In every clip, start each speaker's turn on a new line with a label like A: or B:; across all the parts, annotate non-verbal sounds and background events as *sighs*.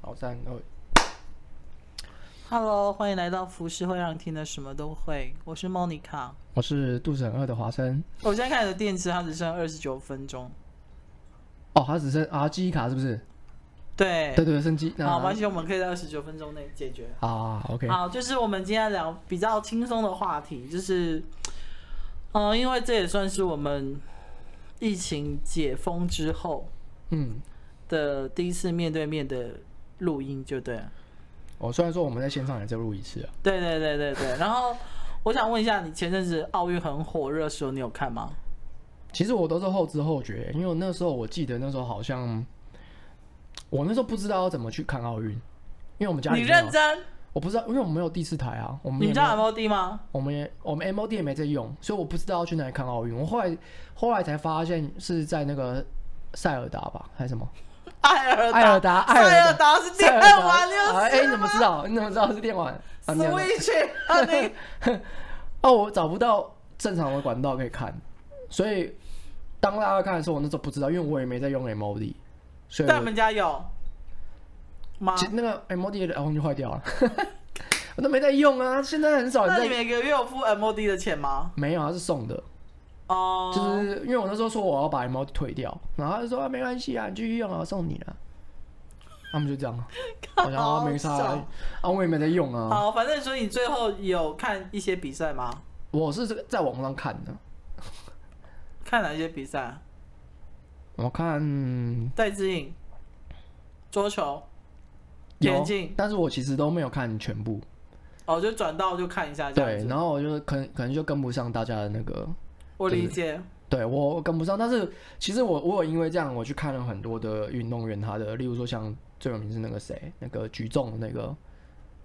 A: 好，三
B: 哦
A: 二。
B: Hello，欢迎来到服饰会让你听的什么都会，我是 Monica。
A: 我是肚子很饿的华生。
B: 我现在看你的电池，它只剩二十九分钟。
A: 哦，它只剩啊记忆卡是不是？
B: 对，
A: 对对，升级。那
B: 好，没关系，我们可以在二十九分钟内解决。
A: 啊，OK。
B: 好，就是我们今天聊比较轻松的话题，就是，嗯、因为这也算是我们疫情解封之后
A: 嗯，
B: 的第一次面对面的录音，就对了。
A: 我、虽然说我们在线上也只有录一次啊，
B: 对对对对
A: *laughs*
B: 对。然后我想问一下，你前阵子奥运很火热的时候，你有看吗？
A: 其实我都是后知后觉，因为我那时候我记得那时候好像，我那时候不知道要怎么去看奥运，因为我们家里
B: 你
A: 没有
B: 认真？
A: 我不知道，因为我们没有第四台啊，我们
B: 你
A: 也没
B: 们家
A: 有，
B: MOD 吗？
A: 我们也我们 MOD 也没在用，所以我不知道要去哪里看奥运。我后来后来才发现是在那个塞尔达吧，还是什么？
B: 艾尔达，
A: 艾尔达艾尔达
B: 塞尔达是
A: 塞
B: *laughs* 电
A: 尔达
B: 玩游
A: 啊
B: 戏
A: 哎、你怎么知道？你怎么知道是电玩啊没有没有
B: ，Switch 啊，
A: *laughs*
B: 你
A: 哦，我找不到正常的管道可以看，所以当大家看的时候，我那时候不知道，因为我也没在用 MOD，所以
B: 但
A: 我
B: 你们家有吗
A: 其？实那个 MOD 的 iPhone 就坏掉了， *laughs* 我都没在用啊，现在很少
B: 那
A: 人
B: 你
A: 在。
B: 每个月有付 MOD 的钱吗？
A: 没有，啊它是送的，
B: 哦， *laughs*
A: 就是因为我那时候说我要把 MOD 退掉，然后他就说、啊、没关系啊，你继续用啊，我送你了。他们就这样啊，好像啊没差啊
B: 爽，
A: 啊我也没在用啊，
B: 好，反正所以你最后有看一些比赛吗？
A: 我是这个在网上看的，
B: 看哪些比赛？
A: 我看
B: 戴资颖、桌球、
A: 有
B: 田径，，
A: 但是我其实都没有看全部。
B: 哦，就转到就看一啊下这样
A: 对，
B: 子。
A: 然后我就可能可能就跟不上大家的那个，
B: 我理解，
A: 对我跟不上。但是其实我我有因为这样，我去看了很多的运动员，他的，例如说像最有名是那个谁，那个举重的那个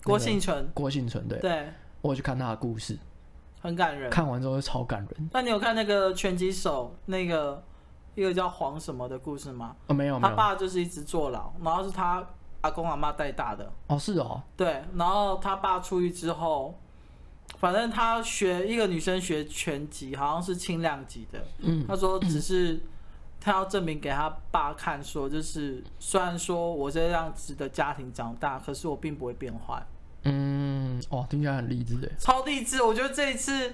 B: 郭幸存，
A: 郭幸存，对
B: 对，
A: 我有去看他的故事，
B: 很感人。
A: 看完之后就超感人。
B: 那你有看那个拳击手那个一个叫黄什么的故事吗？
A: 哦，没有没
B: 他
A: 有，
B: 爸就是一直坐牢，然后是他阿公阿妈带大的。
A: 哦是哦，
B: 对，然后他爸出狱之后，反正他学一个女生学拳击，好像是轻量级的。
A: 嗯，
B: 他说只是他要证明给他爸看，说就是虽然说我这样子的家庭长大，可是我并不会变坏。
A: 嗯，哦，听起来很励志诶。
B: 超励志。我觉得这一次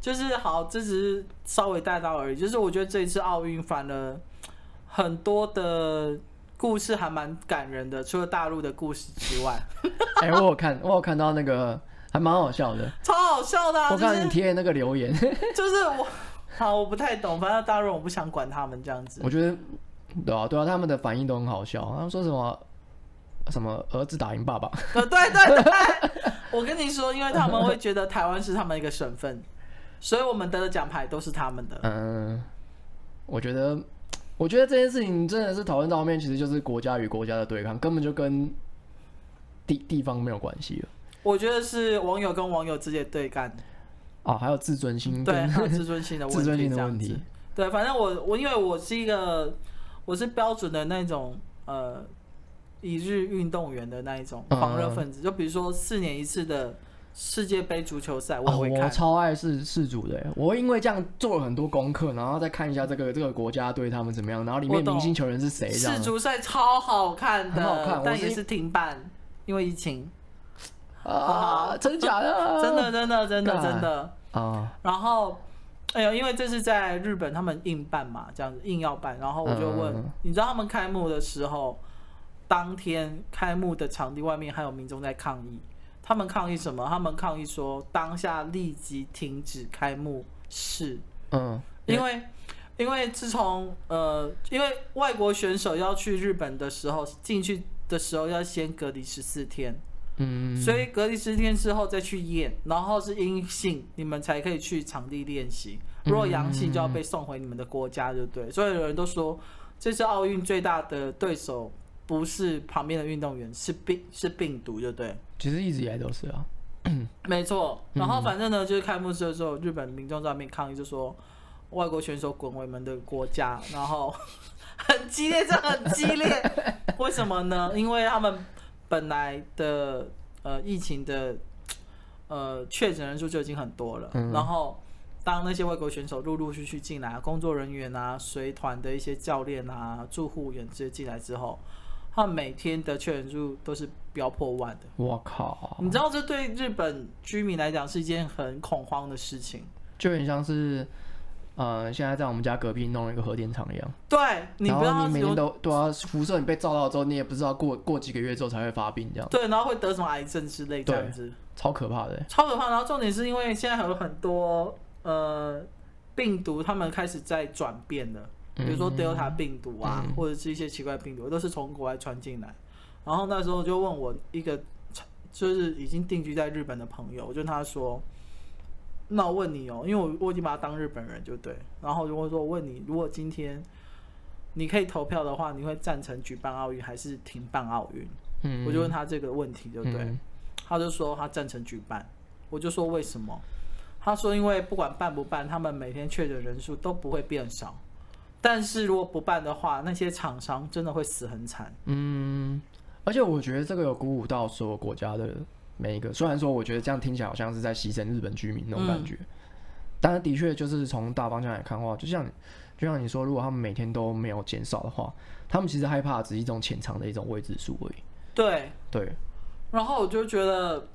B: 就是好，这只是稍微带到而已。就是我觉得这一次奥运反而很多的故事还蛮感人的，除了大陆的故事之外，
A: 哎、我有看，我有看到那个还蛮好笑的，
B: 超好笑的、啊。
A: 我
B: 就
A: 看你
B: 是
A: 贴的那个留言，
B: 就是我。好，我不太懂，反正大陆人我不想管他们这样子。
A: 我觉得对啊对啊，他们的反应都很好笑，他们说什么什么儿子打赢爸爸。
B: 呃，对对对，我跟你说，因为他们会觉得台湾是他们一个省份，所以我们得的奖牌都是他们的。
A: 嗯，我觉得，我觉得这件事情真的是讨论到后面，其实就是国家与国家的对抗，根本就跟地地方没有关系了
B: 我觉得是网友跟网友之间对干，
A: 啊。还有自尊心
B: 对，
A: 跟
B: 还有自尊心的问
A: 自尊
B: 题
A: 心的
B: 这
A: 问
B: 样子
A: 题。。
B: 对，反正我我因为我是一个我是标准的那种呃一日运动员的那一种
A: 嗯
B: 狂热分子，就比如说四年一次的世界杯足球赛，我也
A: 哦，
B: 会
A: 我
B: 看。
A: 超爱世世主的耶，欸我会因为这样做了很多功课，然后再看一下这个这个国家对他们怎么样，然后里
B: 我
A: 面
B: 懂
A: 明星球员是谁这
B: 世
A: 样。
B: 足赛超好看的，
A: 很好看我
B: 但
A: 是
B: 也
A: 一
B: 是停办，因为疫情，
A: 啊，真假的？
B: *laughs* 真的真的真的
A: 干
B: 真的。
A: 啊，
B: 然后，哎呦，因为这是在日本，他们硬办嘛，这样子硬要办，然后我就问，
A: 嗯
B: 你知道他们开幕的时候，当天开幕的场地外面还有民众在抗议，他们抗议什么？他们抗议说当下立即停止开幕式，
A: 嗯，
B: 因为。因为自从呃，因为外国选手要去日本的时候，进去的时候要先隔离十四天，
A: 嗯，
B: 所以隔离十天之后再去验，然后是阴性，你们才可以去场地练习。如果阳性就要被送回你们的国家，对不对？所以有人都说，这次奥运最大的对手不是旁边的运动员，是病是病毒，对不对？
A: 其实一直以来都是啊，
B: 没错。然后反正呢，就是开幕式的时候，日本民众在外面抗议，就说外国选手滚回你们的国家，然后很激烈，这很激烈。 *laughs* 为什么呢？因为他们本来的呃疫情的呃确诊人数就已经很多了，
A: 嗯
B: 然后。当那些外国选手陆陆续续进来，工作人员啊、随团的一些教练啊、住护员这些进来之后，他们每天的确诊数都是飙破万的。
A: 我靠，
B: 你知道这对日本居民来讲是一件很恐慌的事情。
A: 就很像是，呃，现在在我们家隔壁弄了一个核电厂一样，
B: 对，你
A: 然
B: 不知
A: 后
B: 道
A: 你每
B: 有
A: 天都对啊，辐射你被照到之后，你也不知道过过几个月之后才会发病，这样
B: 对，然后会得什么癌症之类这
A: 对
B: 样子，
A: 超可怕的欸。
B: 超可怕。然后重点是因为现在还有很多呃病毒，他们开始在转变了，比如说
A: 嗯
B: Delta 病毒啊，
A: 嗯
B: 或者是一些奇怪病毒，都是从国外传进来。然后那时候就问我一个就是已经定居在日本的朋友，我就跟他说。那我问你哦，因为我我已经把他当日本人就对，然后如果说我问你，如果今天你可以投票的话，你会赞成举办奥运还是停办奥运？
A: 嗯，
B: 我就问他这个问题，对不对？
A: 嗯
B: 他就说他赞成举办，我就说为什么？他说因为不管办不办，他们每天确诊人数都不会变少，但是如果不办的话，那些厂商真的会死很惨。
A: 嗯，而且我觉得这个有鼓舞到所有国家的每一个，虽然说我觉得这样听起来好像是在牺牲日本居民那种感觉，
B: 嗯
A: 但是的确就是从大方向来看的话，就像就像你说，如果他们每天都没有减少的话，他们其实害怕的只是一种潜藏的一种未知数而已。
B: 对，
A: 对，
B: 然后我就觉得。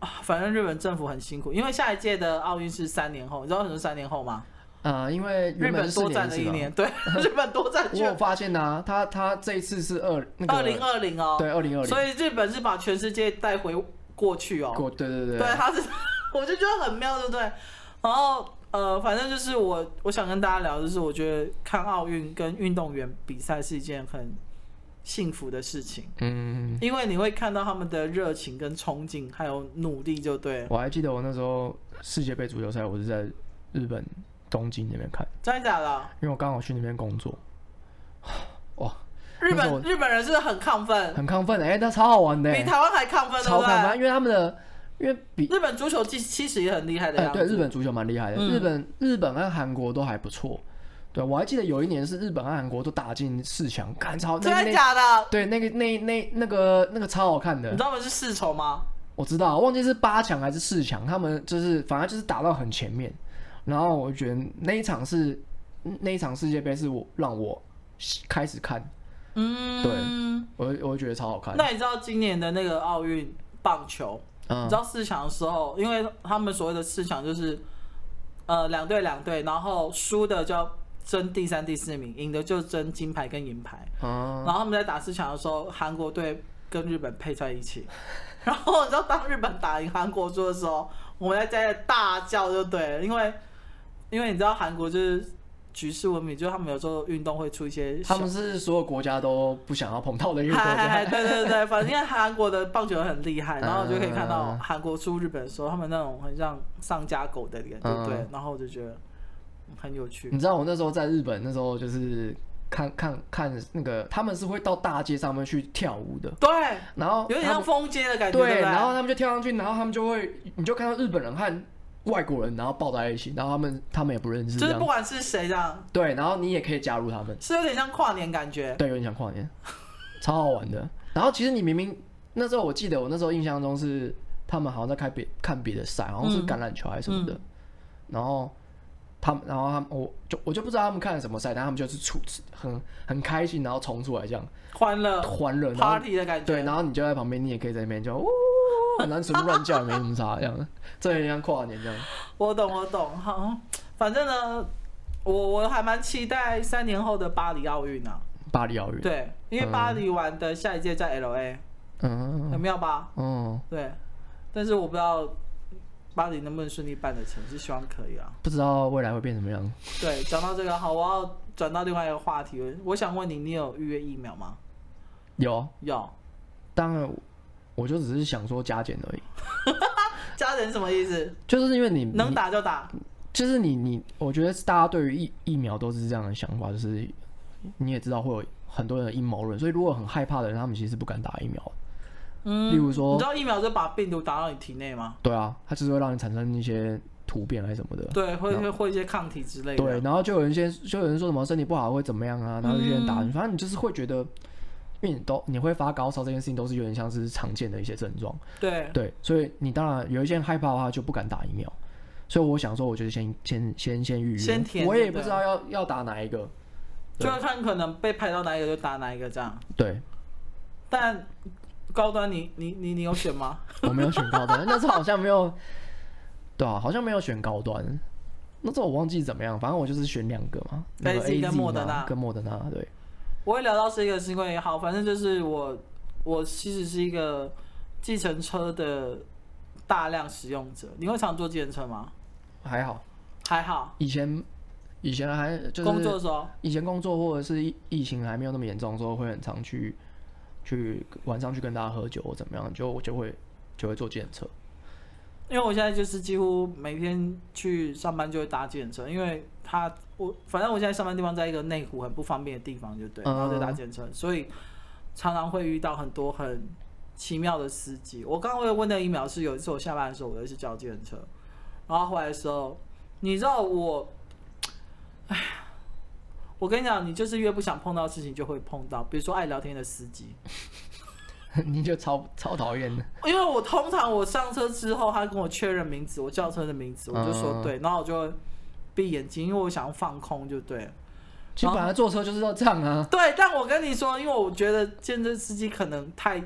B: 啊，反正日本政府很辛苦，因为下一届的奥运是三年后，你知道为什么是三年后吗？
A: 呃，因为
B: 日
A: 原本
B: 本
A: 是
B: 多
A: 4
B: 战了
A: 年
B: 一
A: 制嘛，
B: 年，对， *laughs* 日本多战
A: 我
B: 去
A: 有发现啊，他他这一次是二那个
B: 二零二零哦，
A: 对二零二零
B: 所以日本是把全世界带回过去哦，
A: 过对对对
B: 对，他是， *laughs* 我就觉得很妙，对不对？然后呃，反正就是我我想跟大家聊，就是我觉得看奥运跟运动员比赛是一件很幸福的事情，
A: 嗯，
B: 因为你会看到他们的热情跟憧憬，还有努力，就对了。
A: 我还记得我那时候世界杯足球赛，我是在日本东京那边看。
B: 真的假的？
A: 因为我刚好去那边工
B: *sighs*
A: 作，哇，
B: 日
A: 那时候
B: 本日本人是不是很亢奋，
A: 很亢奋哎、那超好玩的、
B: 比
A: 欸，
B: 台湾还亢奋，对
A: 超
B: 不
A: 亢奋，
B: 对？
A: 因为他们的因为比
B: 日本足球其其实也很厉害的
A: 哎、
B: 样子。
A: 对日本足球蛮厉害的，
B: 嗯
A: 日本日本和韩国都还不错，对我还记得有一年是日本和韩国都打进四强，看超
B: 真
A: 那
B: 的
A: 那
B: 假的？
A: 对那个那那那个那个超好看
B: 你
A: 的
B: 知，道我们是世仇吗？
A: 我知道忘记是八强还是四强，他们就是反正就是打到很前面，然后我觉得那一场是那一场世界杯是我让我开始看，
B: 嗯，
A: 我我觉得超好看，
B: 那你知道今年的那个奥运棒球，
A: 嗯
B: 你知道四强的时候，因为他们所谓的四强就是，呃，两队两队，然后输的就要争第三、第四名，赢的就争金牌跟银牌。
A: 啊。
B: 然后他们在打四强的时候，韩国队跟日本配在一起。 *laughs* 然后你知道，当日本打赢韩国队的时候，我们在家里大叫就对了，因为因为你知道韩国就是局势文明，就是他们有时候运动会出一些小
A: 他们是所有国家都不想要碰到的一个国
B: 嗨嗨嗨，
A: 家。
B: 对对对，反正韩国的棒球很厉
A: *laughs*
B: 害，然后就可以看到
A: 嗯
B: 韩国输日本的时候，他们那种很像上家狗的脸，对不对
A: 嗯？
B: 然后我就觉得很有趣。
A: 你知道我那时候在日本，那时候就是看看看那个，他们是会到大街上面去跳舞的，
B: 对，
A: 然后
B: 有点
A: 他
B: 像
A: 们
B: 风街的感觉，对
A: 对，
B: 不
A: 然后
B: 对？
A: 哦他们就跳上去，然后他们就会，你就看到日本人和外国人，然后抱在一起，然后他们他们也不认识
B: 就
A: 这
B: 是
A: 样
B: 不，管是谁这样，
A: 对，然后你也可以加入他们，
B: 是有点像跨年感觉。
A: 对，有点像跨年， *laughs* 超好玩的。然后其实你明明那时候我记得我那时候印象中是他们好像在看别看别的赛，好像是
B: 嗯
A: 橄榄球还是什么的，然后他们然后他们我就我就不知道他们看了什么赛，但他们就是出很很开心，然后冲出来这样
B: 欢乐
A: 欢乐，然后
B: 呃 party 的感
A: 对，
B: 觉，
A: 然后你就在旁边，你也可以在那边叫呜，然后随便乱叫也没什么差，这样这很像跨年这样。
B: 我懂我懂。好，反正呢，我我还蛮期待三年后的巴黎奥运啊。
A: 巴黎奥运，
B: 对，因为巴黎完的下一届在 L A，
A: 嗯
B: 很妙吧？
A: 嗯，
B: 对，但是我不知道巴黎能不能顺利办得成，是希望可以啊。
A: 不知道未来会变什么样。
B: 对，讲到这个，好，我要转到另外一个话题了。我想问你，你有预约疫苗吗？
A: 有，
B: 有，
A: 当然我就只是想说加减而已，
B: 家人什么意思？
A: 就是因为你
B: 能打就打。
A: 就是你你，我觉得大家对于疫疫苗都是这样的想法，就是你也知道会有很多人的阴谋论，所以如果很害怕的人，他们其实是不敢打疫苗的。
B: 嗯
A: 例如
B: 你
A: 说
B: 知，道疫苗就把病毒打到你体内吗？
A: 对啊，它就是会让你产生一些突变还是什么的。
B: 对，啊会会会一些抗体之类
A: 对，
B: 的。
A: 然后就有人先就有人说什么身体不好会怎么样啊，然后有些人打，
B: 嗯
A: 反正你就是会觉得，因为你都你会发高烧这件事情都是有点像是常见的一些症状，
B: 对，
A: 对，所以你当然有一些人害怕的话就不敢打疫苗，所以我想说，我就是先先先先预约，
B: 先填
A: 我也
B: 对
A: 不
B: 不对
A: 知道要要打哪一个，
B: 就
A: 对
B: 会看可能被排到哪一个就打哪一个这样。
A: 对，
B: 但高端你你你你有选吗？
A: 我没有选高端， *laughs* 那时候好像没有，对啊，好像没有选高端。那时候我忘记怎么样，反正我就是选两个嘛，那个
B: AZ
A: A
B: 跟莫德纳
A: 跟莫德纳，对，
B: 我会聊到这个是因为好，反正就是我我其实是一个计程车的大量使用者。你会常坐计程车吗？
A: 还好。
B: 还好，
A: 以前以前还就是
B: 工作的时哦候
A: 以前工作或者是疫疫情还没有那么严重的时候，会很常去去晚上去跟大家喝酒或怎么样，就就会就会坐计程车。
B: 因为我现在就是几乎每天去上班就会搭计程车，因为他我反正我现在上班地方在一个内湖很不方便的地方，就对，
A: 嗯
B: 然后就搭计程车，所以常常会遇到很多很奇妙的司机。我刚刚有问那一秒是有一次我下班的时候，我就去叫计程车，然后回来的时候，你知道我，哎呀，我跟你讲，你就是越不想碰到的事情就会碰到，比如说爱聊天的司机，
A: *laughs* 你就超超讨厌的，
B: *laughs* 因为我通常我上车之后，他跟我确认名字，我叫车的名字，我就说
A: 嗯
B: 对，然后我就会闭眼睛，因为我想要放空，就对了。
A: 其实本来坐车就是要这样啊。
B: 对，但我跟你说，因为我觉得健身司机可能太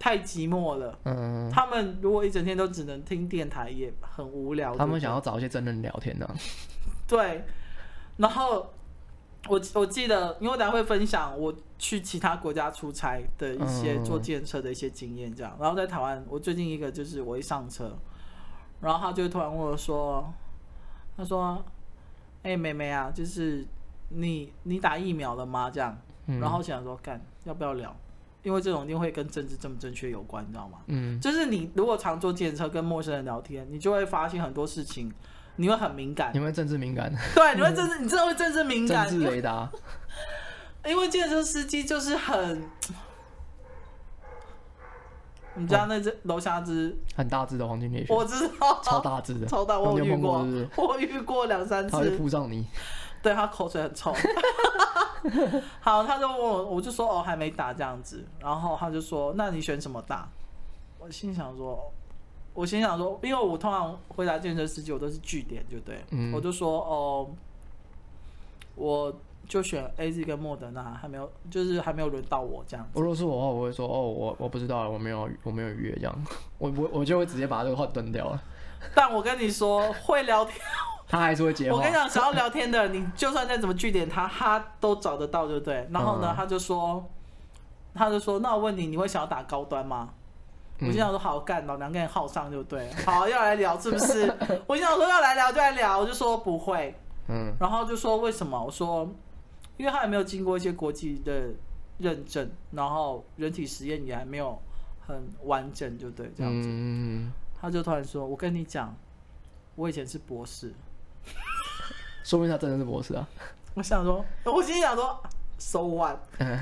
B: 太寂寞了，
A: 嗯，
B: 他们如果一整天都只能听电台，也很无聊。
A: 他们
B: 对不对
A: 想要找一些真人聊天呢、啊。
B: *laughs* 对，然后我我记得，因为我等下会分享我去其他国家出差的一些
A: 嗯
B: 坐电车的一些经验，这样。然后在台湾，我最近一个就是我一上车，然后他就突然问我说：“他说，哎、妹妹啊，就是你你打疫苗了吗？”这样，
A: 嗯，
B: 然后我想说干要不要聊，因为这种一定会跟政治正不正确有关，你知道吗？
A: 嗯，
B: 就是你如果常坐电车跟陌生人聊天，你就会发现很多事情，你会很敏感。
A: 因为政治敏
B: *laughs*
A: 感，
B: 对，你会政治，你真的会政治敏
A: 政
B: 感，
A: 治雷达，
B: 因为健身司机就是很，我
A: 哦
B: 们家那只楼下只，
A: 很大只的黄金猎
B: *laughs*
A: 犬，
B: 我知道，
A: 超大只的，
B: 超大，
A: 你
B: 我
A: 有
B: 有遇
A: 碰过
B: 过
A: 是不是，
B: 我遇过两三
A: 它会
B: 次，
A: 扑上你。
B: *laughs* 对他口水很臭。好，他就问我，我就说哦还没打这样子，然后他就说那你选什么打？我心想说，我心想说，因为我通常回答健身司机我都是据点，就对，
A: 嗯
B: 我就说哦，我就选 A Z 跟莫德纳，还没有，就是还没有轮到我这样。
A: 我如果是我的话，我会说哦，我我不知道，我没有我没有约这样， *laughs* 我我我就会直接把这个话断掉了。 *laughs*
B: 但我跟你说，会聊天，
A: 他还是会接
B: 我
A: 话
B: 跟你，讲，想要聊天的，你就算再怎么据点他，他都找得到，对不对？然后呢
A: 嗯，
B: 他就说，他就说，那我问你，你会想要打高端吗？我心
A: 嗯
B: 想说好干，老娘跟你耗上就对了，好要来聊是不是？
A: *laughs*
B: 我心想说要来聊就来聊，我就说不会，
A: 嗯
B: 然后就说为什么？我说，因为他还没有经过一些国际的认证，然后人体实验也还没有很完整，就对这样。
A: 嗯，
B: 他就突然说：“我跟你讲，我以前是博士。
A: 说明他真的是博士啊。” *laughs*
B: 我想说，我心里想说，so what？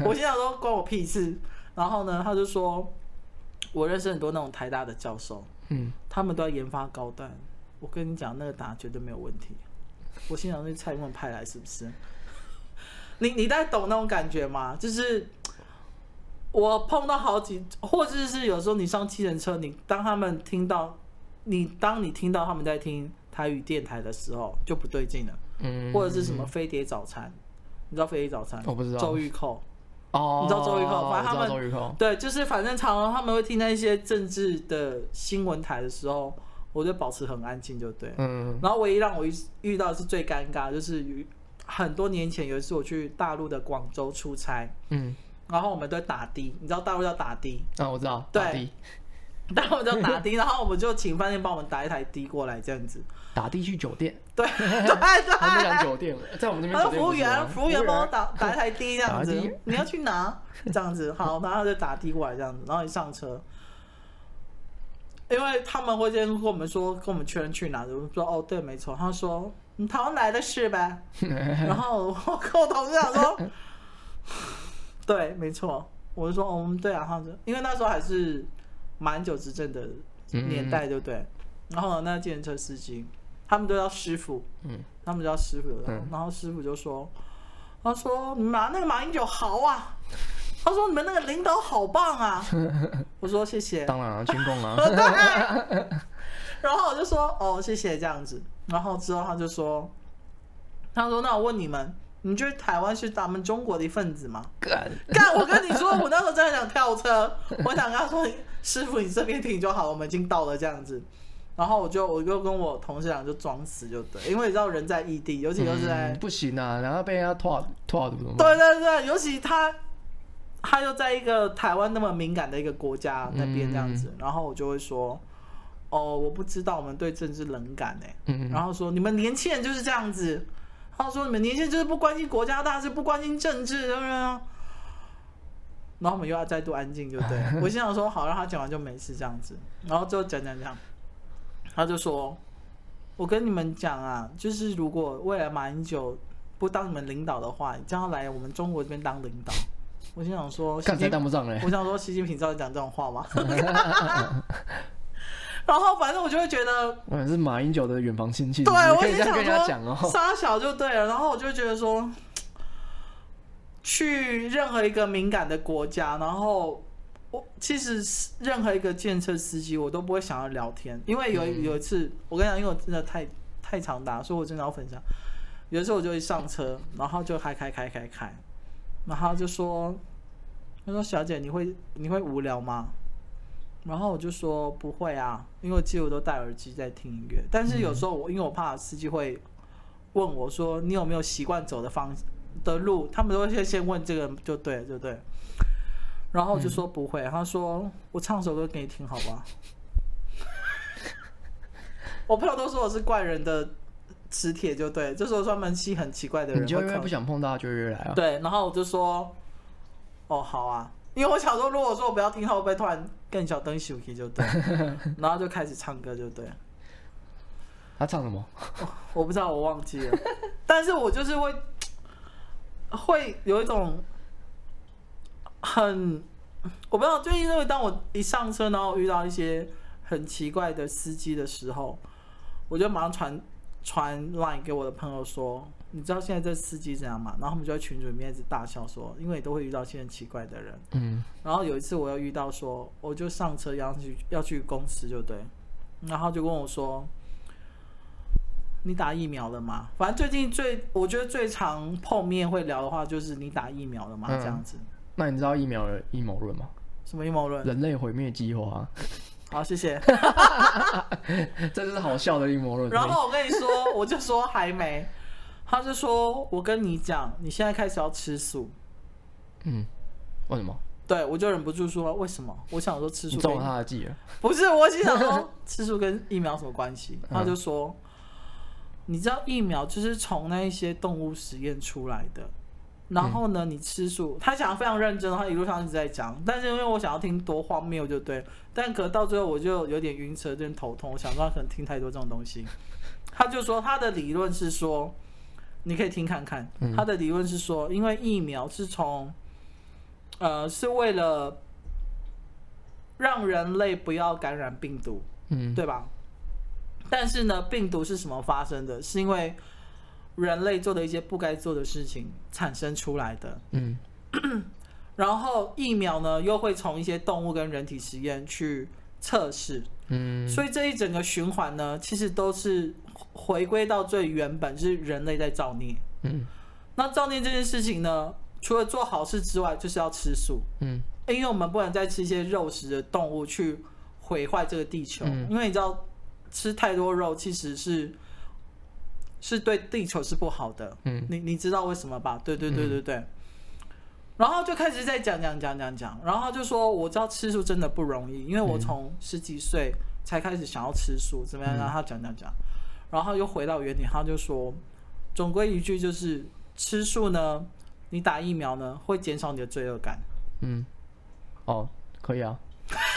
B: 我心想说关我屁事。然后呢，他就说，我认识很多那种台大的教授，
A: 嗯，
B: 他们都在研发高端。我跟你讲，那个打绝对没有问题。我心想，那是蔡英文派来是不是？你你大概懂那种感觉吗？就是我碰到好几，或者是有时候你上计程车，你当他们听到你当你听到他们在听台语电台的时候，就不对劲了，
A: 嗯，
B: 或者是什么飞碟早餐，你知道飞碟早餐？
A: 我不知道
B: 周玉蔻。
A: 哦，
B: 你知道周玉蔻反正他们
A: 我知道周玉蔻，
B: 对，就是反正常常他们会听到一些政治的新闻台的时候，我就保持很安静，就对。
A: 嗯
B: 然后唯一让我遇遇到的是最尴尬，就是与很多年前有一次我去大陆的广州出差，
A: 嗯，
B: 然后我们都打的，你知道大陆叫打的，
A: 啊，我知道，
B: 对
A: 打的
B: 但我们叫
A: *laughs*
B: 打的，然后我们就请饭店帮我们打一台的过来，这样子。
A: 打的去酒店， *laughs*
B: 对对对，
A: 他们讲酒店，在我们这边
B: 他
A: 酒
B: 说
A: 店
B: 服务
A: 不是啊吗
B: 员，服务员帮我打打一台的这样
A: 打
B: 子
A: 的，
B: 你要去拿这样
A: *laughs*
B: 子，好，然后他就打的过来这样子，然后一上车，因为他们会先跟我们说跟我们确认去哪，我们说哦对没错，他说你台湾来的是
A: *laughs*
B: 呗，然后我跟我同事讲说， *laughs* 对没错，我就说哦嗯对啊，他说因为那时候还是蛮久执政的年
A: 嗯
B: 代，对不对？然后那计程车司机他们都叫师傅，
A: 嗯，
B: 他们叫师傅，然后
A: 嗯
B: 然后师傅就说，他说你们那个马英九好啊，他说你们那个领导好棒啊，我说
A: *laughs*
B: 谢谢，呃
A: 当然啊，军工啊，
B: 然后我就说哦谢谢这样子，然后之后他就说，他说那我问你们，你觉得台湾是咱们中国的一份子吗？
A: 干
B: *laughs* *laughs* 干，我跟你说，我那时候真的想跳车，我想跟他说，师傅你这边停就好，我们已经到了这样子。然后我就我就跟我同事讲，就装死就对，因为你知道人在异地，尤其就是在、
A: 嗯不行啊，然后被人家拖拖怎么办？
B: 对对对，尤其他他又在一个台湾那么敏感的一个国家那边这样子，然后我就会说，哦，我不知道，我们对政治冷感哎、
A: 嗯，
B: 然后说你们年轻人就是这样子，然后说你们年轻人就是不关心国家大事，不关心政治，对不对？啊然后我们又要再度安静，对不对？
A: *laughs*
B: 我心想说好，让他讲完就没事这样子，然后就讲讲讲，他就说，我跟你们讲啊，就是如果未来马英九不当你们领导的话，你将要来我们中国这边当领导。我心想说，习
A: 干才
B: 近
A: 当不上嘞。
B: 我想说，习近平知道你讲这种话
A: *laughs*
B: 吗？然后反正我就会觉得，
A: 嗯，是马英九的远房亲戚，
B: 对，
A: 你
B: 我
A: 可
B: 也
A: 以这样
B: 想
A: 跟人家讲
B: 说，
A: 哦。
B: 杀小就对了。然后我就觉得说，去任何一个敏感的国家，然后我其实是任何一个建设司机，我都不会想要聊天，因为有
A: 嗯
B: 一有一次，我跟你讲，因为我真的太太常打，所以我真的要分享。有一次我就一上车，然后就开开开开开，然后他就说，他说小姐你会你会无聊吗？然后我就说不会啊，因为我几乎都戴耳机在听音乐。但是有时候我因为我怕司机会问我说你有没有习惯走的方的路，他们都会先先问这个就对了就对了。然后我就说不会，他说我唱首歌给你听好
A: *laughs*
B: 吧。我朋友都说我是怪人的磁铁就对了，就是我专门吸很奇怪的
A: 你
B: 人会
A: 就因为
B: 靠
A: 不想碰到，就约来啊。
B: 对，然后我就说，哦，好啊，因为我想说，如果说我不要听，他会不会突然更小灯休息就对，然后就开始唱歌就对，
A: 他唱什么？
B: *laughs* 我不知道我忘记了，但是我就是会会有一种很我不知道，就因为当我一上车，然后遇到一些很奇怪的司机的时候，我就马上传传 line 给我的朋友说，你知道现在这司机怎样吗？然后他们就在群组里面一直大笑说，因为你都会遇到一些很奇怪的人。
A: 嗯，
B: 然后有一次我又遇到说，我就上车要去要去公司就对，然后就跟我说，你打疫苗了吗？反正最近最我觉得最常碰面会聊的话就是你打疫苗了吗？
A: 嗯
B: 这样子，
A: 那你知道疫苗的阴谋论吗？
B: 什么阴谋论？
A: 人类毁灭计划啊， *laughs*
B: 好，谢谢。
A: 这就是好笑的阴谋论。
B: 然后我跟你说，我就说还没，他就说我跟你讲，你现在开始要吃素。
A: 嗯，为什么？
B: 对，我就忍不住说为什么？我想说吃
A: 你
B: 素
A: 中
B: 跟
A: 了他的计了。
B: *laughs* 不是，我心想说吃素跟疫苗有什么关系？嗯他就说，你知道疫苗就是从那一些动物实验出来的，然后呢，你吃素，他讲的非常认真，他一路上一直在讲，但是因为我想要听多荒谬就对，但可到最后我就有点晕车，有点头痛，我想说他可能听太多这种东西，他就说他的理论是说，你可以听看看，他的理论是说，因为疫苗是从，呃，是为了。让人类不要感染病毒，
A: 嗯
B: 对吧？但是呢，病毒是什么发生的？是因为人类做的一些不该做的事情产生出来的。
A: 嗯
B: 然后疫苗呢，又会从一些动物跟人体实验去测试，
A: 嗯
B: 所以这一整个循环呢，其实都是回归到最原本，就是人类在造孽。
A: 嗯
B: 那造孽这件事情呢，除了做好事之外，就是要吃素。
A: 嗯
B: 因为我们不能再吃一些肉食的动物去毁坏这个地球，
A: 嗯
B: 因为你知道吃太多肉其实是是对地球是不好的。
A: 嗯
B: 你你知道为什么吧？对对对对对。然后就开始在讲讲讲讲讲，然后就说我知道吃素真的不容易，因为我
A: 嗯
B: 从十几岁才开始想要吃素，怎么样？然后他讲讲讲，然后又回到原点，他就说，总归一句就是吃素呢，你打疫苗呢会减少你的罪恶感。
A: 嗯，哦，可
B: *laughs*
A: 以啊，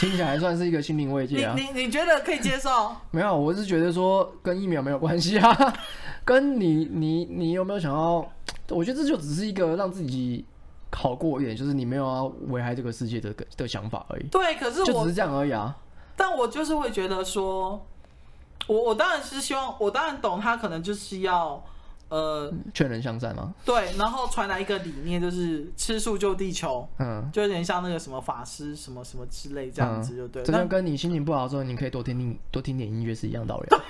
A: 听起来还算是一个心灵慰藉啊。
B: 你你你觉得可以
A: *laughs*
B: 接受？
A: 没有，啊我是觉得说跟疫苗没有关系啊， *laughs* 跟你你你有没有想要？我觉得这就只是一个让自己好过一点，就是你没有要危害这个世界的的想法而已，
B: 对，可是
A: 就只
B: 我，
A: 是这样而已啊。
B: 但我就是会觉得说，我我当然是希望，我当然懂他可能就是要，呃，
A: 劝人向善嘛，
B: 对，然后传来一个理念，就是吃素救地球，
A: 嗯，
B: 就有点像那个什么法师什么什么之类这样子，就对。
A: 嗯这
B: 但 *laughs*
A: 就跟你心情不好的时候，你可以多听听多听点音乐是一样道理啊。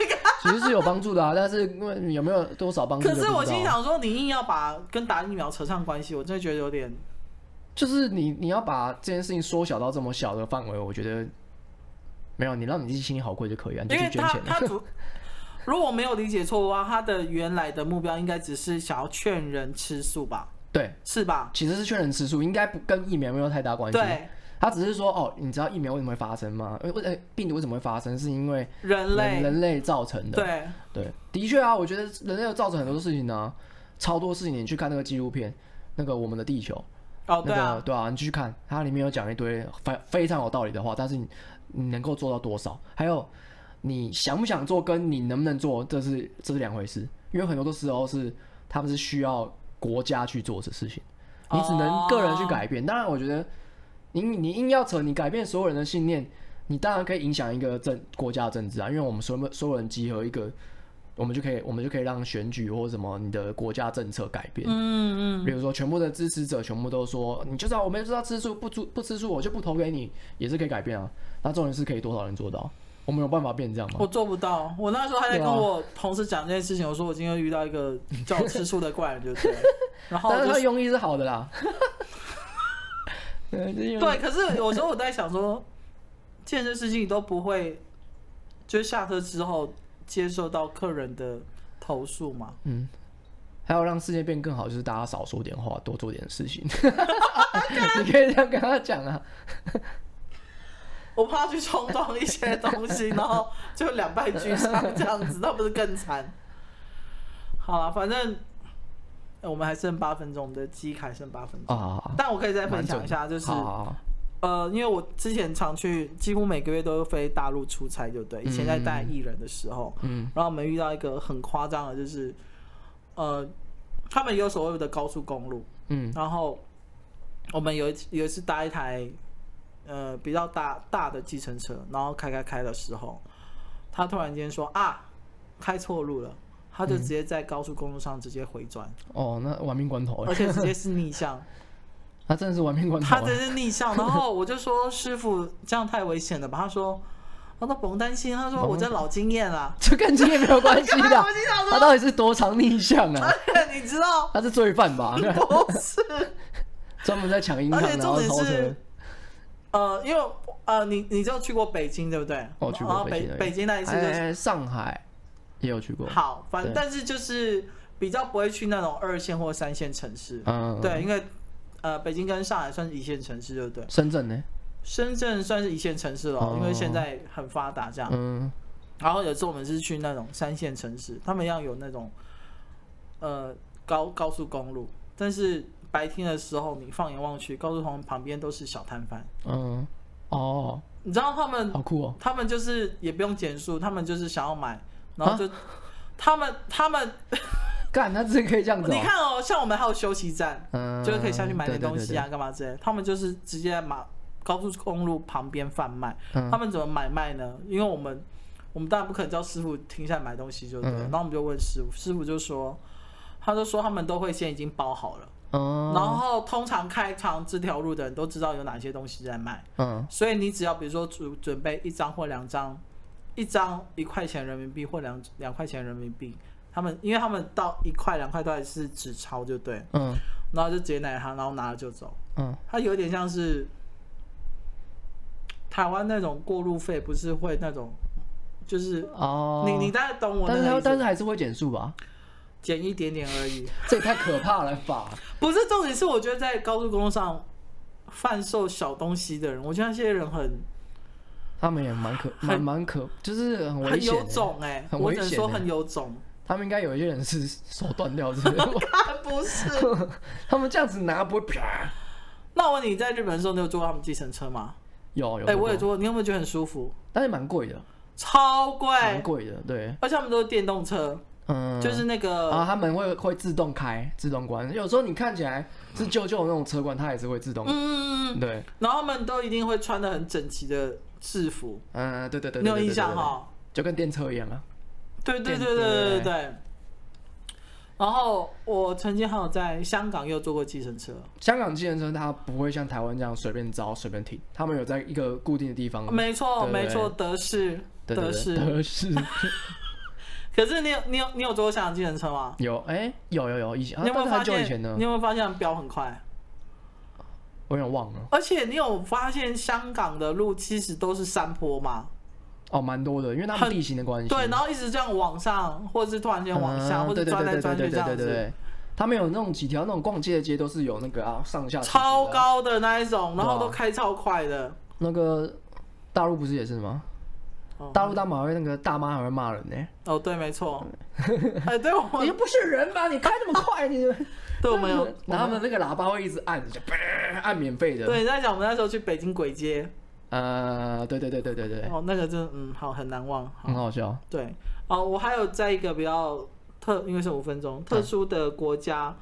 A: 其实是有帮助的啊，但是因为有没有多少帮助？
B: 可是我
A: 啊
B: 心，想说，你硬要把跟打疫苗扯上关系，我真的觉得有点
A: 就是你你要把这件事情缩小到这么小的范围，我觉得没有，你让你自己心里好过就可以啊，你就
B: 因
A: 去捐
B: 为他
A: 钱啊。
B: 他
A: *laughs*
B: 主，如果我没有理解错的话，他的原来的目标应该只是想要劝人吃素吧？
A: 对，
B: 是吧？
A: 其实是劝人吃素，应该不跟疫苗没有太大关系。
B: 对，
A: 他只是说哦，你知道疫苗为什么会发生吗？呃，为呃病毒为什么会发生？是因为
B: 人
A: 人
B: 类，
A: 人类造成的。
B: 对，
A: 对，的确啊，我觉得人类有造成很多事情啊，超多事情。你去看那个纪录片，那个《我们的地球》，
B: 哦，对
A: 那
B: 啊
A: 个，对啊，你去看，它里面有讲一堆非非常有道理的话，但是你你能够做到多少，还有你想不想做，跟你能不能做，这是这是两回事。因为很多的时候是他们是需要国家去做这事情，你只
B: 哦
A: 能个人去改变。当然，我觉得你你硬要扯你改变所有人的信念，你当然可以影响一个政国家的政治啊，因为我们所有所有人集合一个。我们就可以，我们就可以让选举或什么你的国家政策改变。
B: 嗯嗯，
A: 比如说，全部的支持者全部都说，你就是要我们就是要吃素，不吃不吃素我就不投给你，也是可以改变啊。那重点是可以多少人做到？我们有办法变成这样吗？
B: 嗯我做不到。我那时候还在跟我同事讲这件事情，我说我今天遇到一个叫我吃素的怪人，就
A: *laughs*
B: 对了。然后
A: 但
B: 我
A: 是
B: 就
A: 他用意是好的啦。对，这用意
B: 对，可是有时候我在想说，健身事情都不会，就是下车之后接受到客人的投诉嘛？
A: 嗯，还有让世界变更好，就是大家少说点话，多做点事情。你可以这样跟他讲啊。
B: 我怕去冲撞一些东西，然后就两败俱伤这样子，那不是更惨？好了，反正呃我们还剩八分钟，我们的机还剩八分钟，
A: 啊，
B: 但我可以再分享一下，就是
A: 好好好
B: 呃，因为我之前常去，几乎每个月都飞大陆出差，对不对？以前在带艺人的时候，
A: 嗯，
B: 然后我们遇到一个很夸张的，就是呃，他们有所谓的高速公路，
A: 嗯
B: 然后我们有一次有一次搭一台呃比较大大的计程车，然后开开开的时候，他突然间说啊，开错路了，他
A: 嗯
B: 就直接在高速公路上直接回转，
A: 哦，那玩命关头欸，
B: 而且直接是逆向。
A: 他真的是玩命关头
B: 他
A: 啊。
B: 真是逆向，然后我就说师傅这样太危险了吧？他说，他说不用担心，他说
A: 不用
B: 我这老经验啊
A: *laughs*
B: 啦。
A: 这跟经验没有关系
B: *laughs*
A: 的
B: 我。心想
A: 他
B: 说，
A: 到底是多长逆向啊？
B: *laughs* 你知道
A: 他是罪犯
B: *laughs*
A: 吧？
B: 不是？
A: 专门在抢银行，
B: 而且
A: 然后
B: 重点
A: 偷车
B: 是。呃，因为呃，你你就去过北京对不对？
A: 我哦去
B: 然后
A: 过
B: 北
A: 京而已，
B: 北京那一次就
A: 哎
B: 是
A: 哎上海也有去过。
B: 好，反
A: 对
B: 正但是就是比较不会去那种二线或三线城市，
A: 嗯，
B: 对，。因为呃，北京跟上海算是一线城市，对不对？
A: 深圳呢？
B: 深圳算是一线城市了
A: 哦，
B: 因为现在很发达这样。
A: 嗯，
B: 然后有时候我们是去那种三线城市，他们要有那种呃高高速公路，但是白天的时候你放眼望去，高速公路旁边都是小摊贩，
A: 嗯，哦，
B: 你知道他们
A: 好酷哦。
B: 他们就是也不用减速，他们就是想要买，然后就、他们他们
A: 干，他真的可以这样子
B: 你
A: 哦。
B: 看哦，像我们还有休息站，
A: 嗯，
B: 就是可以下去买点
A: 对对
B: 东西啊，干嘛之类的，他们就是直接在马高速公路旁边贩卖。
A: 对对
B: 他们怎么买卖呢？因为我们我们当然不可能叫师傅停下来买东西就对了，
A: 嗯
B: 然后我们就问师傅，师傅就说，他就说他们都会先已经包好了，
A: 嗯，哦
B: 然后通常开长这条路的人都知道有哪些东西在卖，
A: 嗯，
B: 所以你只要比如说准准备一张或两张，一张一块钱人民币或两两块钱人民币，他们因为他们到一块两块都还是纸钞就对了，
A: 嗯，
B: 然后就直接拿它，然后拿了就走。
A: 嗯，
B: 它有点像是台湾那种过路费，不是会那种，就是
A: 哦，
B: 你你大概懂我
A: 但是
B: 那
A: 他
B: 个
A: 但
B: 意
A: 是
B: 思，
A: 还是会减速吧？
B: 减一点点而已。
A: 这也太可怕了吧！
B: 不是重点是，我觉得在高速公路上贩售小东西的人，我觉得那些人很
A: 他们也蛮可蛮蛮可，就是很危
B: 很
A: 险
B: 有
A: 欸。
B: 种哎、
A: 很
B: 我
A: 危
B: 只能
A: 险
B: 说
A: 欸
B: 很
A: *laughs*
B: 有种，
A: 他们应该有一些人是手断掉之类的，
B: 不是。
A: *laughs* 他们这样子拿不会啪？
B: 那我问你，你在日本的时候，你有坐过他们计程车吗？
A: 有有，
B: 哎、我也，坐过，你有没有觉得很舒服？
A: 但是蛮贵的，
B: 超贵，
A: 蛮贵的，对，
B: 而且他们都是电动车，
A: 哎嗯，
B: 就是呃那个
A: 啊，他们会会自动开、自动关。有时候你看起来是旧旧的那种车管，它也是会自动。
B: 嗯，
A: 对，
B: 然后他们都一定会穿的很整齐的制服，
A: 嗯，对对对，对
B: 你有印
A: 对
B: 象哦
A: 对对
B: 哈？
A: 就跟电车一样啊。
B: 对对对
A: 电
B: 对对
A: 对
B: 对对。然后我曾经还有在香港又坐过计程车，
A: 香港计程车它不会像台湾这样随便招、随便停，他们有在一个固定的地方。
B: 没错
A: 嗯对对
B: 没错，德士
A: *laughs* 对对
B: 德
A: 对，
B: 士，
A: 德士，
B: 可是你有你有你有坐过香港计程车吗？
A: 有哎、有有有以前，啊
B: 你有没
A: 但
B: 有
A: 是
B: 发
A: 很久以
B: 现
A: 前呢？
B: 你有没有发现飙很快？
A: 我有点忘了
B: 而且你有发现香港的路其实都是山坡嘛？
A: 哦，蛮多的，因为他们
B: 很
A: 地形的关系。
B: 对，然后一直这样往上，或者是突然间往下，
A: 嗯
B: 或者
A: 对对
B: 钻来
A: 对对
B: 钻去
A: 对
B: 这
A: 对
B: 样
A: 对对
B: 子，
A: 对，他们有那种几条那种逛街的街都是有那个啊上下起伏的啊
B: 超高的那一种，然后
A: 对啊
B: 都开超快的。
A: 那个大陆不是也是吗？
B: 哦
A: 大陆大马会那个大妈还会骂人呢、
B: 哦，对，没错。哎，对我
A: *laughs* 你
B: 们
A: 就不是人吧？你开那么快，你就
B: *laughs* 对我们有，
A: *laughs* 然后他们那个喇叭会一直按，就啪按免费的。
B: 对，你在讲我们那时候去北京鬼街，
A: 呃，对对对对对对，
B: 哦，那个真的嗯，好很难忘。好
A: 很好笑。
B: 对，哦，我还有在一个比较特，因为是五分钟，
A: 嗯
B: 特殊的国家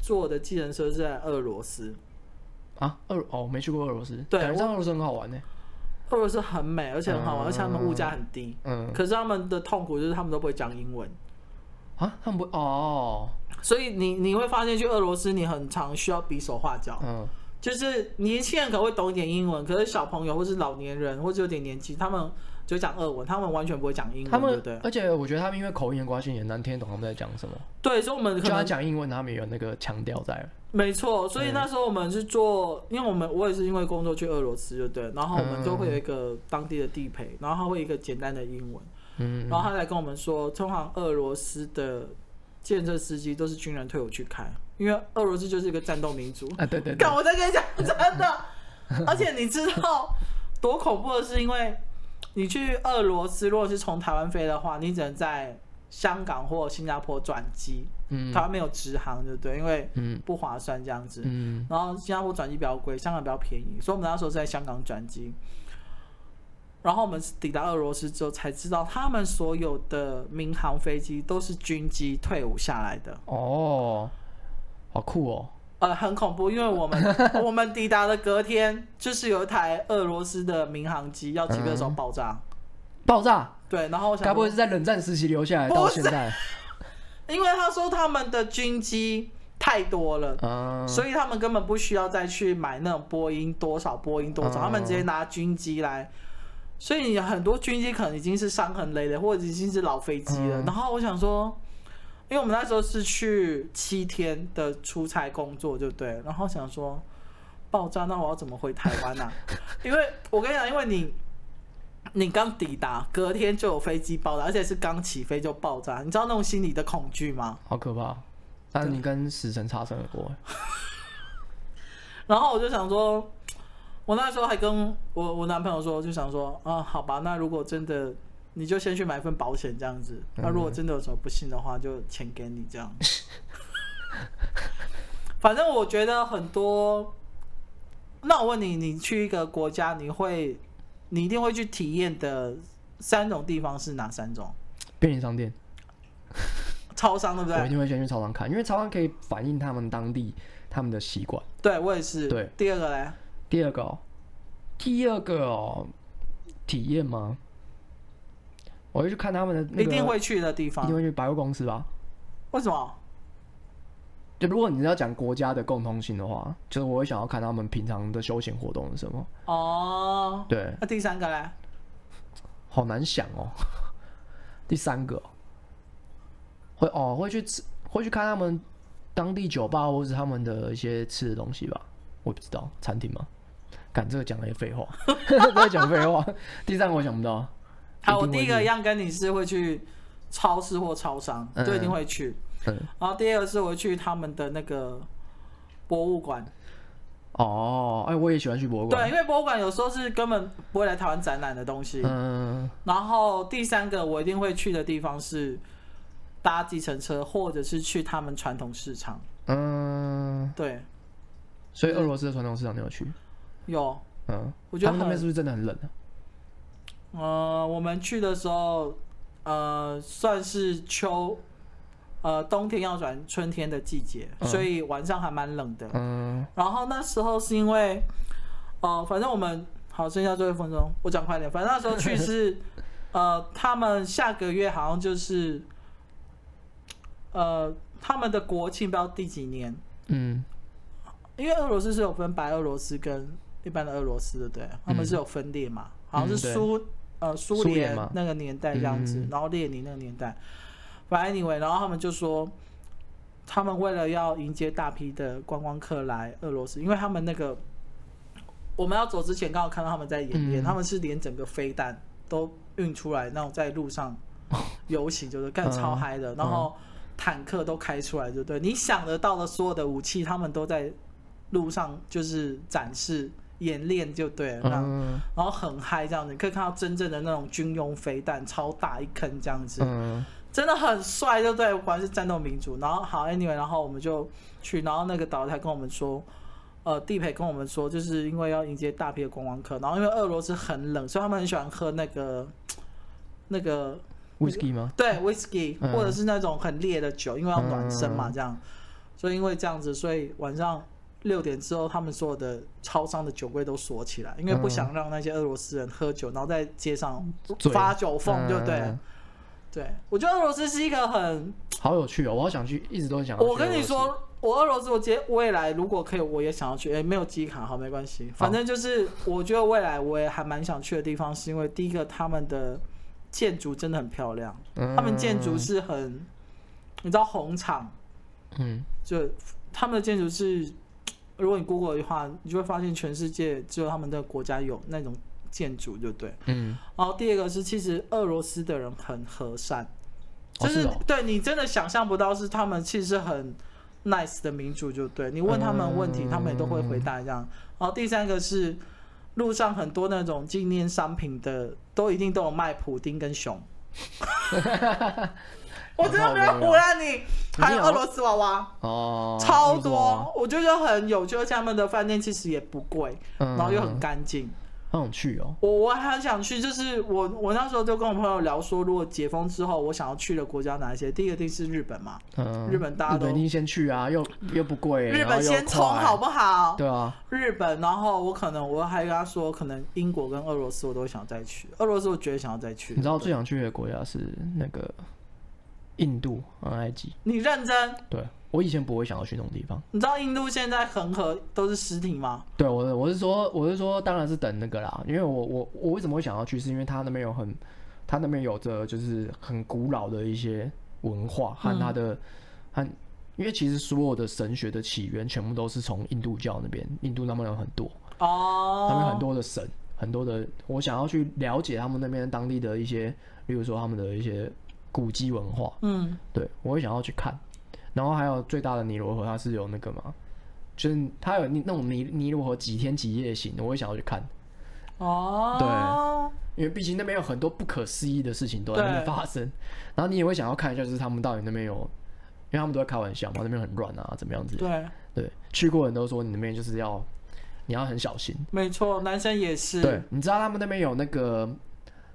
B: 坐的计程车是在俄罗斯，
A: 啊，俄哦，我没去过俄罗斯，
B: 对
A: 感觉上俄罗斯很好玩呢。
B: 俄罗斯很美，而且很好玩，
A: 嗯
B: 而且他们物价很低。
A: 嗯，
B: 可是他们的痛苦就是他们都不会讲英文，
A: 啊，他们不哦，
B: 所以你你会发现去俄罗斯，你很常需要比手画脚。
A: 嗯
B: 就是年轻人可能会懂一点英文，可是小朋友或是老年人或者有点年纪，他们就讲俄文，他们完全不会讲英文，
A: 他
B: 对
A: 们
B: 不对？
A: 而且我觉得他们因为口音的关系，也难听得懂他们在讲什么。
B: 对，所以我们可
A: 就他
B: 能
A: 讲英文，他们也有那个腔调在。
B: 没错，所以那时候我们是做，因为我们我也是因为工作去俄罗斯，就
A: 嗯
B: 对，然后我们就会有一个当地的地陪，然后他会有一个简单的英文，
A: 嗯，
B: 然后他来跟我们说，通常俄罗斯的建设司机都是军人退伍去开，因为俄罗斯就是一个战斗民族。
A: 啊，对对对
B: 看，我在跟你讲真的，而且你知道多恐怖的是，因为你去俄罗斯，如果是从台湾飞的话，你只能在香港或新加坡转机，
A: 嗯
B: 台湾没有直航，对不对？因为
A: 嗯
B: 不划算这样子。
A: 嗯，
B: 然后新加坡转机比较贵，香港比较便宜，所以我们那时候是在香港转机。然后我们抵达俄罗斯之后才知道，他们所有的民航飞机都是军机退伍下来的，
A: 哦，好酷哦。
B: 呃，很恐怖，因为我们
A: *laughs*
B: 我们抵达的隔天，就是有一台俄罗斯的民航机要起飞的时候爆炸，
A: 爆炸，
B: 对，然后我
A: 嗯该
B: 想
A: 不
B: 说
A: 会是在冷战时期留下来
B: 不
A: 到
B: 是
A: 现在？
B: 因为他说他们的军机太多了。
A: 嗯，
B: 所以他们根本不需要再去买那种波音多少波音多少，
A: 嗯
B: 他们直接拿军机来。所以你很多军机可能已经是伤痕累累，或者已经是老飞机了。
A: 嗯
B: 然后我想说，因为我们那时候是去七天的出差工作，对不对？然后想说爆炸，那我要怎么回台
A: *laughs*
B: 湾啊？因为我跟你讲，因为你你刚抵达，隔天就有飞机爆炸，而且是刚起飞就爆炸，你知道那种心理的恐惧吗？
A: 好可怕。但你跟死神擦身而过，
B: 然后我就想说，我那时候还跟我我男朋友说，就想说，啊，好吧，那如果真的，你就先去买一份保险这样子。那
A: 嗯
B: 如果真的有什么不幸的话，就钱给你这样。 *laughs* 反正我觉得很多。那我问你，你去一个国家，你会，你一定会去体验的三种地方是哪三种？
A: 便利商店，
B: 超商对不
A: 我一
B: 对？
A: 定会先去超商看，因为超商可以反映他们当地他们的习惯。
B: 对我也是。
A: 对。
B: 第二个嘞，
A: 第二个、哦，第二个哦，体验吗？我会去看他们的那个，
B: 一定会去的地
A: 一定
B: 方。
A: 会去百货公司吧。
B: 为什么？
A: 就如果你是要讲国家的共通性的话，就是我会想要看他们平常的休闲活动是什么。
B: 哦。
A: 对，
B: 那第三个嘞？
A: 好难想哦。 *laughs* 第三个哦会哦会去吃会去看他们当地酒吧或是他们的一些吃的东西吧，我不知道餐厅吗？赶这个讲了些废话， *laughs* 在讲废话。 *laughs* 第三个我想不到，
B: 好，我
A: 一定
B: 第
A: 会
B: 一个一样跟你是会去超市或超商，
A: 嗯
B: 就一定会去。
A: 嗯
B: 然后第二个是我会去他们的那个博物馆，
A: 哦，哎，我也喜欢去博物
B: 对，
A: 馆。
B: 因为博物馆有时候是根本不会来台湾展览的东西。
A: 嗯，
B: 然后第三个我一定会去的地方是搭计程车，或者是去他们传统市场。
A: 嗯，
B: 对，
A: 所以俄罗斯的传统市场你有去？
B: 有，
A: 嗯，
B: 我觉得
A: 他们那边
B: 很
A: 是不是真的很冷啊？
B: 呃，我们去的时候，呃，算是秋，呃，冬天要转春天的季节，
A: 嗯
B: 所以晚上还蛮冷的。
A: 嗯，
B: 然后那时候是因为，呃，反正我们好剩下最后一分钟，我讲快点。反正那时候去是，呃，他们下个月好像就是，呃，他们的国庆不知道第几年，
A: 嗯，
B: 因为俄罗斯是有分白俄罗斯跟一般的俄罗斯的，对，他们是有分裂嘛，好像是
A: 嗯对
B: 苏、呃苏
A: 苏联
B: 联
A: 嘛
B: 那个年代这样子，
A: 嗯
B: 然后列宁那个年代。反正 anyway，然后他们就说，他们为了要迎接大批的观光客来俄罗斯，因为他们那个我们要走之前刚好看到他们在演练，
A: 嗯
B: 他们是连整个飞弹都运出来，那种在
A: *laughs*
B: 路上游行就是干
A: 嗯
B: 超嗨的，然后坦克都开出来，就对你想得到的所有的武器，他们都在路上就是展示演练，就对了，让
A: 嗯
B: 然后很嗨这样子，你可以看到真正的那种军用飞弹，超大一坑这样子，
A: 嗯
B: 真的很帅，对不对？不管是战斗民族，然后好，anyway，然哎后我们就去，然后那个导游才跟我们说，呃，地陪跟我们说，就是因为要迎接大批的观光客，然后因为俄罗斯很冷，所以他们很喜欢喝那个那个
A: 嗯，whisky 吗？
B: 对 whisky
A: 嗯
B: 或者是那种很烈的酒，因为要暖身嘛，
A: 嗯
B: 这样。所以因为这样子，所以晚上六点之后，他们所有的超商的酒柜都锁起来，因为不
A: 嗯
B: 想让那些俄罗斯人喝酒，然后在街上
A: 醉
B: 发酒疯，就对了。
A: 嗯
B: 对，我觉得俄罗斯是一个很，
A: 好有趣哦，我好想去，一直都很想要去俄
B: 我
A: 罗斯。
B: 跟你说，我俄罗斯，我接未来如果可以，我也想要去。哎，没有机卡好，没关系，反正就是我觉得未来我也还蛮想去的地方，是因为第一个他们的建筑真的很漂亮。
A: 嗯，
B: 他们建筑是很，你知道红场，
A: 嗯，
B: 就他们的建筑是，如果你 Google 的话，你就会发现全世界只有他们的国家有那种建筑，就对。
A: 嗯
B: 然后第二个是，其实俄罗斯的人很和善，
A: 哦
B: 就是
A: 是哦
B: 对你真的想象不到，是他们其实是很 nice 的民主，就对你问他们问
A: 嗯
B: 题，他们也都会回答这样。然后第三个是。路上很多那种纪念商品的，都一定都有卖普丁
A: *laughs*
B: 跟熊。我真的没有胡乱你，
A: 好无聊
B: 还有俄罗斯娃娃，
A: 哦，
B: 超
A: 不错啊
B: 多，，我觉得很有趣。而且他们的饭店其实也不贵，
A: 嗯
B: 然后又很干净。
A: 好想去哦，
B: 我我还很想去，就是我我那时候就跟我朋友聊说，如果解封之后，我想要去的国家哪一些？第一个一定是日本嘛，
A: 嗯，
B: 日本大家
A: 日本
B: 都
A: 一定先去啊，又又不贵，
B: 日
A: 然后
B: 本
A: 又
B: 先冲
A: 快
B: 好不好？
A: 对啊，
B: 日本，然后我可能我还跟他说，可能英国跟俄罗斯我都想再去，俄罗斯我绝对想要再去。
A: 你知道我最想去的国家是那个印度和埃及，
B: 你认真？
A: 对我以前不会想要去那种地方。
B: 你知道印度现在恒河都是尸体吗？
A: 对，我的我是说，我是说，当然是等那个啦，因为我我我为什么会想要去，是因为他那边有很，他那边有着就是很古老的一些文化和他的、和，因为其实所有的神学的起源全部都是从印度教那边，印度那边有很多，
B: 哦，
A: 他们有很多的神，很多的，我想要去了解他们那边当地的一些，例如说他们的一些古迹文化，
B: 嗯，
A: 对我会想要去看。然后还有最大的尼罗河，它是有那个嘛，就是它有那那种尼尼罗河几天几夜行，我会想要去看，
B: 哦，
A: 因为毕竟那边有很多不可思议的事情都在那边
B: 对
A: 发生。然后你也会想要看一下，就是他们到底那边有，因为他们都在开玩笑嘛，那边很乱啊，怎么样子？
B: 对，
A: 对，去过的人都说你那边就是要你要很小心。
B: 没错，男生也是，
A: 对，你知道他们那边有那个，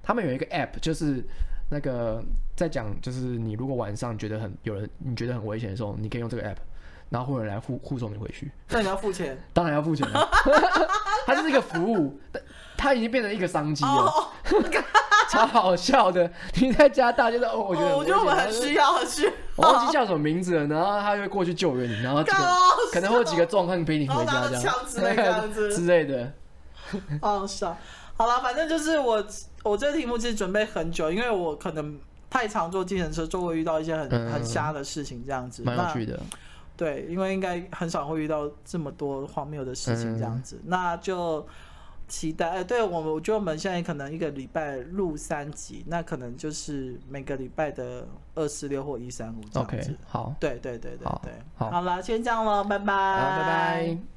A: 他们有一个 app，就是那个在讲，就是你如果晚上觉得很有人，你觉得很危险的时候，你可以用这个 app，然后会有人来护护送你回去，
B: 那你要付钱。
A: 当然要付钱了、它是一个服务，但它已经变成一个商机了，
B: 哦，
A: 超好笑的。你在加拿大就是哦，我觉得
B: 我觉得我们很需
A: 要，
B: 要，很需要。
A: 我忘记叫什么名字了，然后他就会过去救援你，然后这
B: 干
A: 个
B: 哦，
A: 可能会有几个壮汉背你回
B: 然
A: 家
B: 后拿
A: 这样
B: 着枪之类这样子
A: 之类的，
B: 哦，是啊，好了，反正就是我，我这个题目其实准备很久，因为我可能太常坐计程车，就会遇到一些很、
A: 嗯
B: 很瞎的事情，这样子。
A: 蛮有趣
B: 的。
A: 的。
B: 对，因为应该很少会遇到这么多荒谬的事情，这样
A: 嗯
B: 子。那就期待，哎，对我们，我觉得我们现在可能一个礼拜录三集，那可能就是每个礼拜的二四六或一三五这样
A: OK，
B: 子。
A: 好，
B: 对对对对
A: 好
B: 对，
A: 好
B: 好了，先这样了，拜拜，
A: 好，拜拜。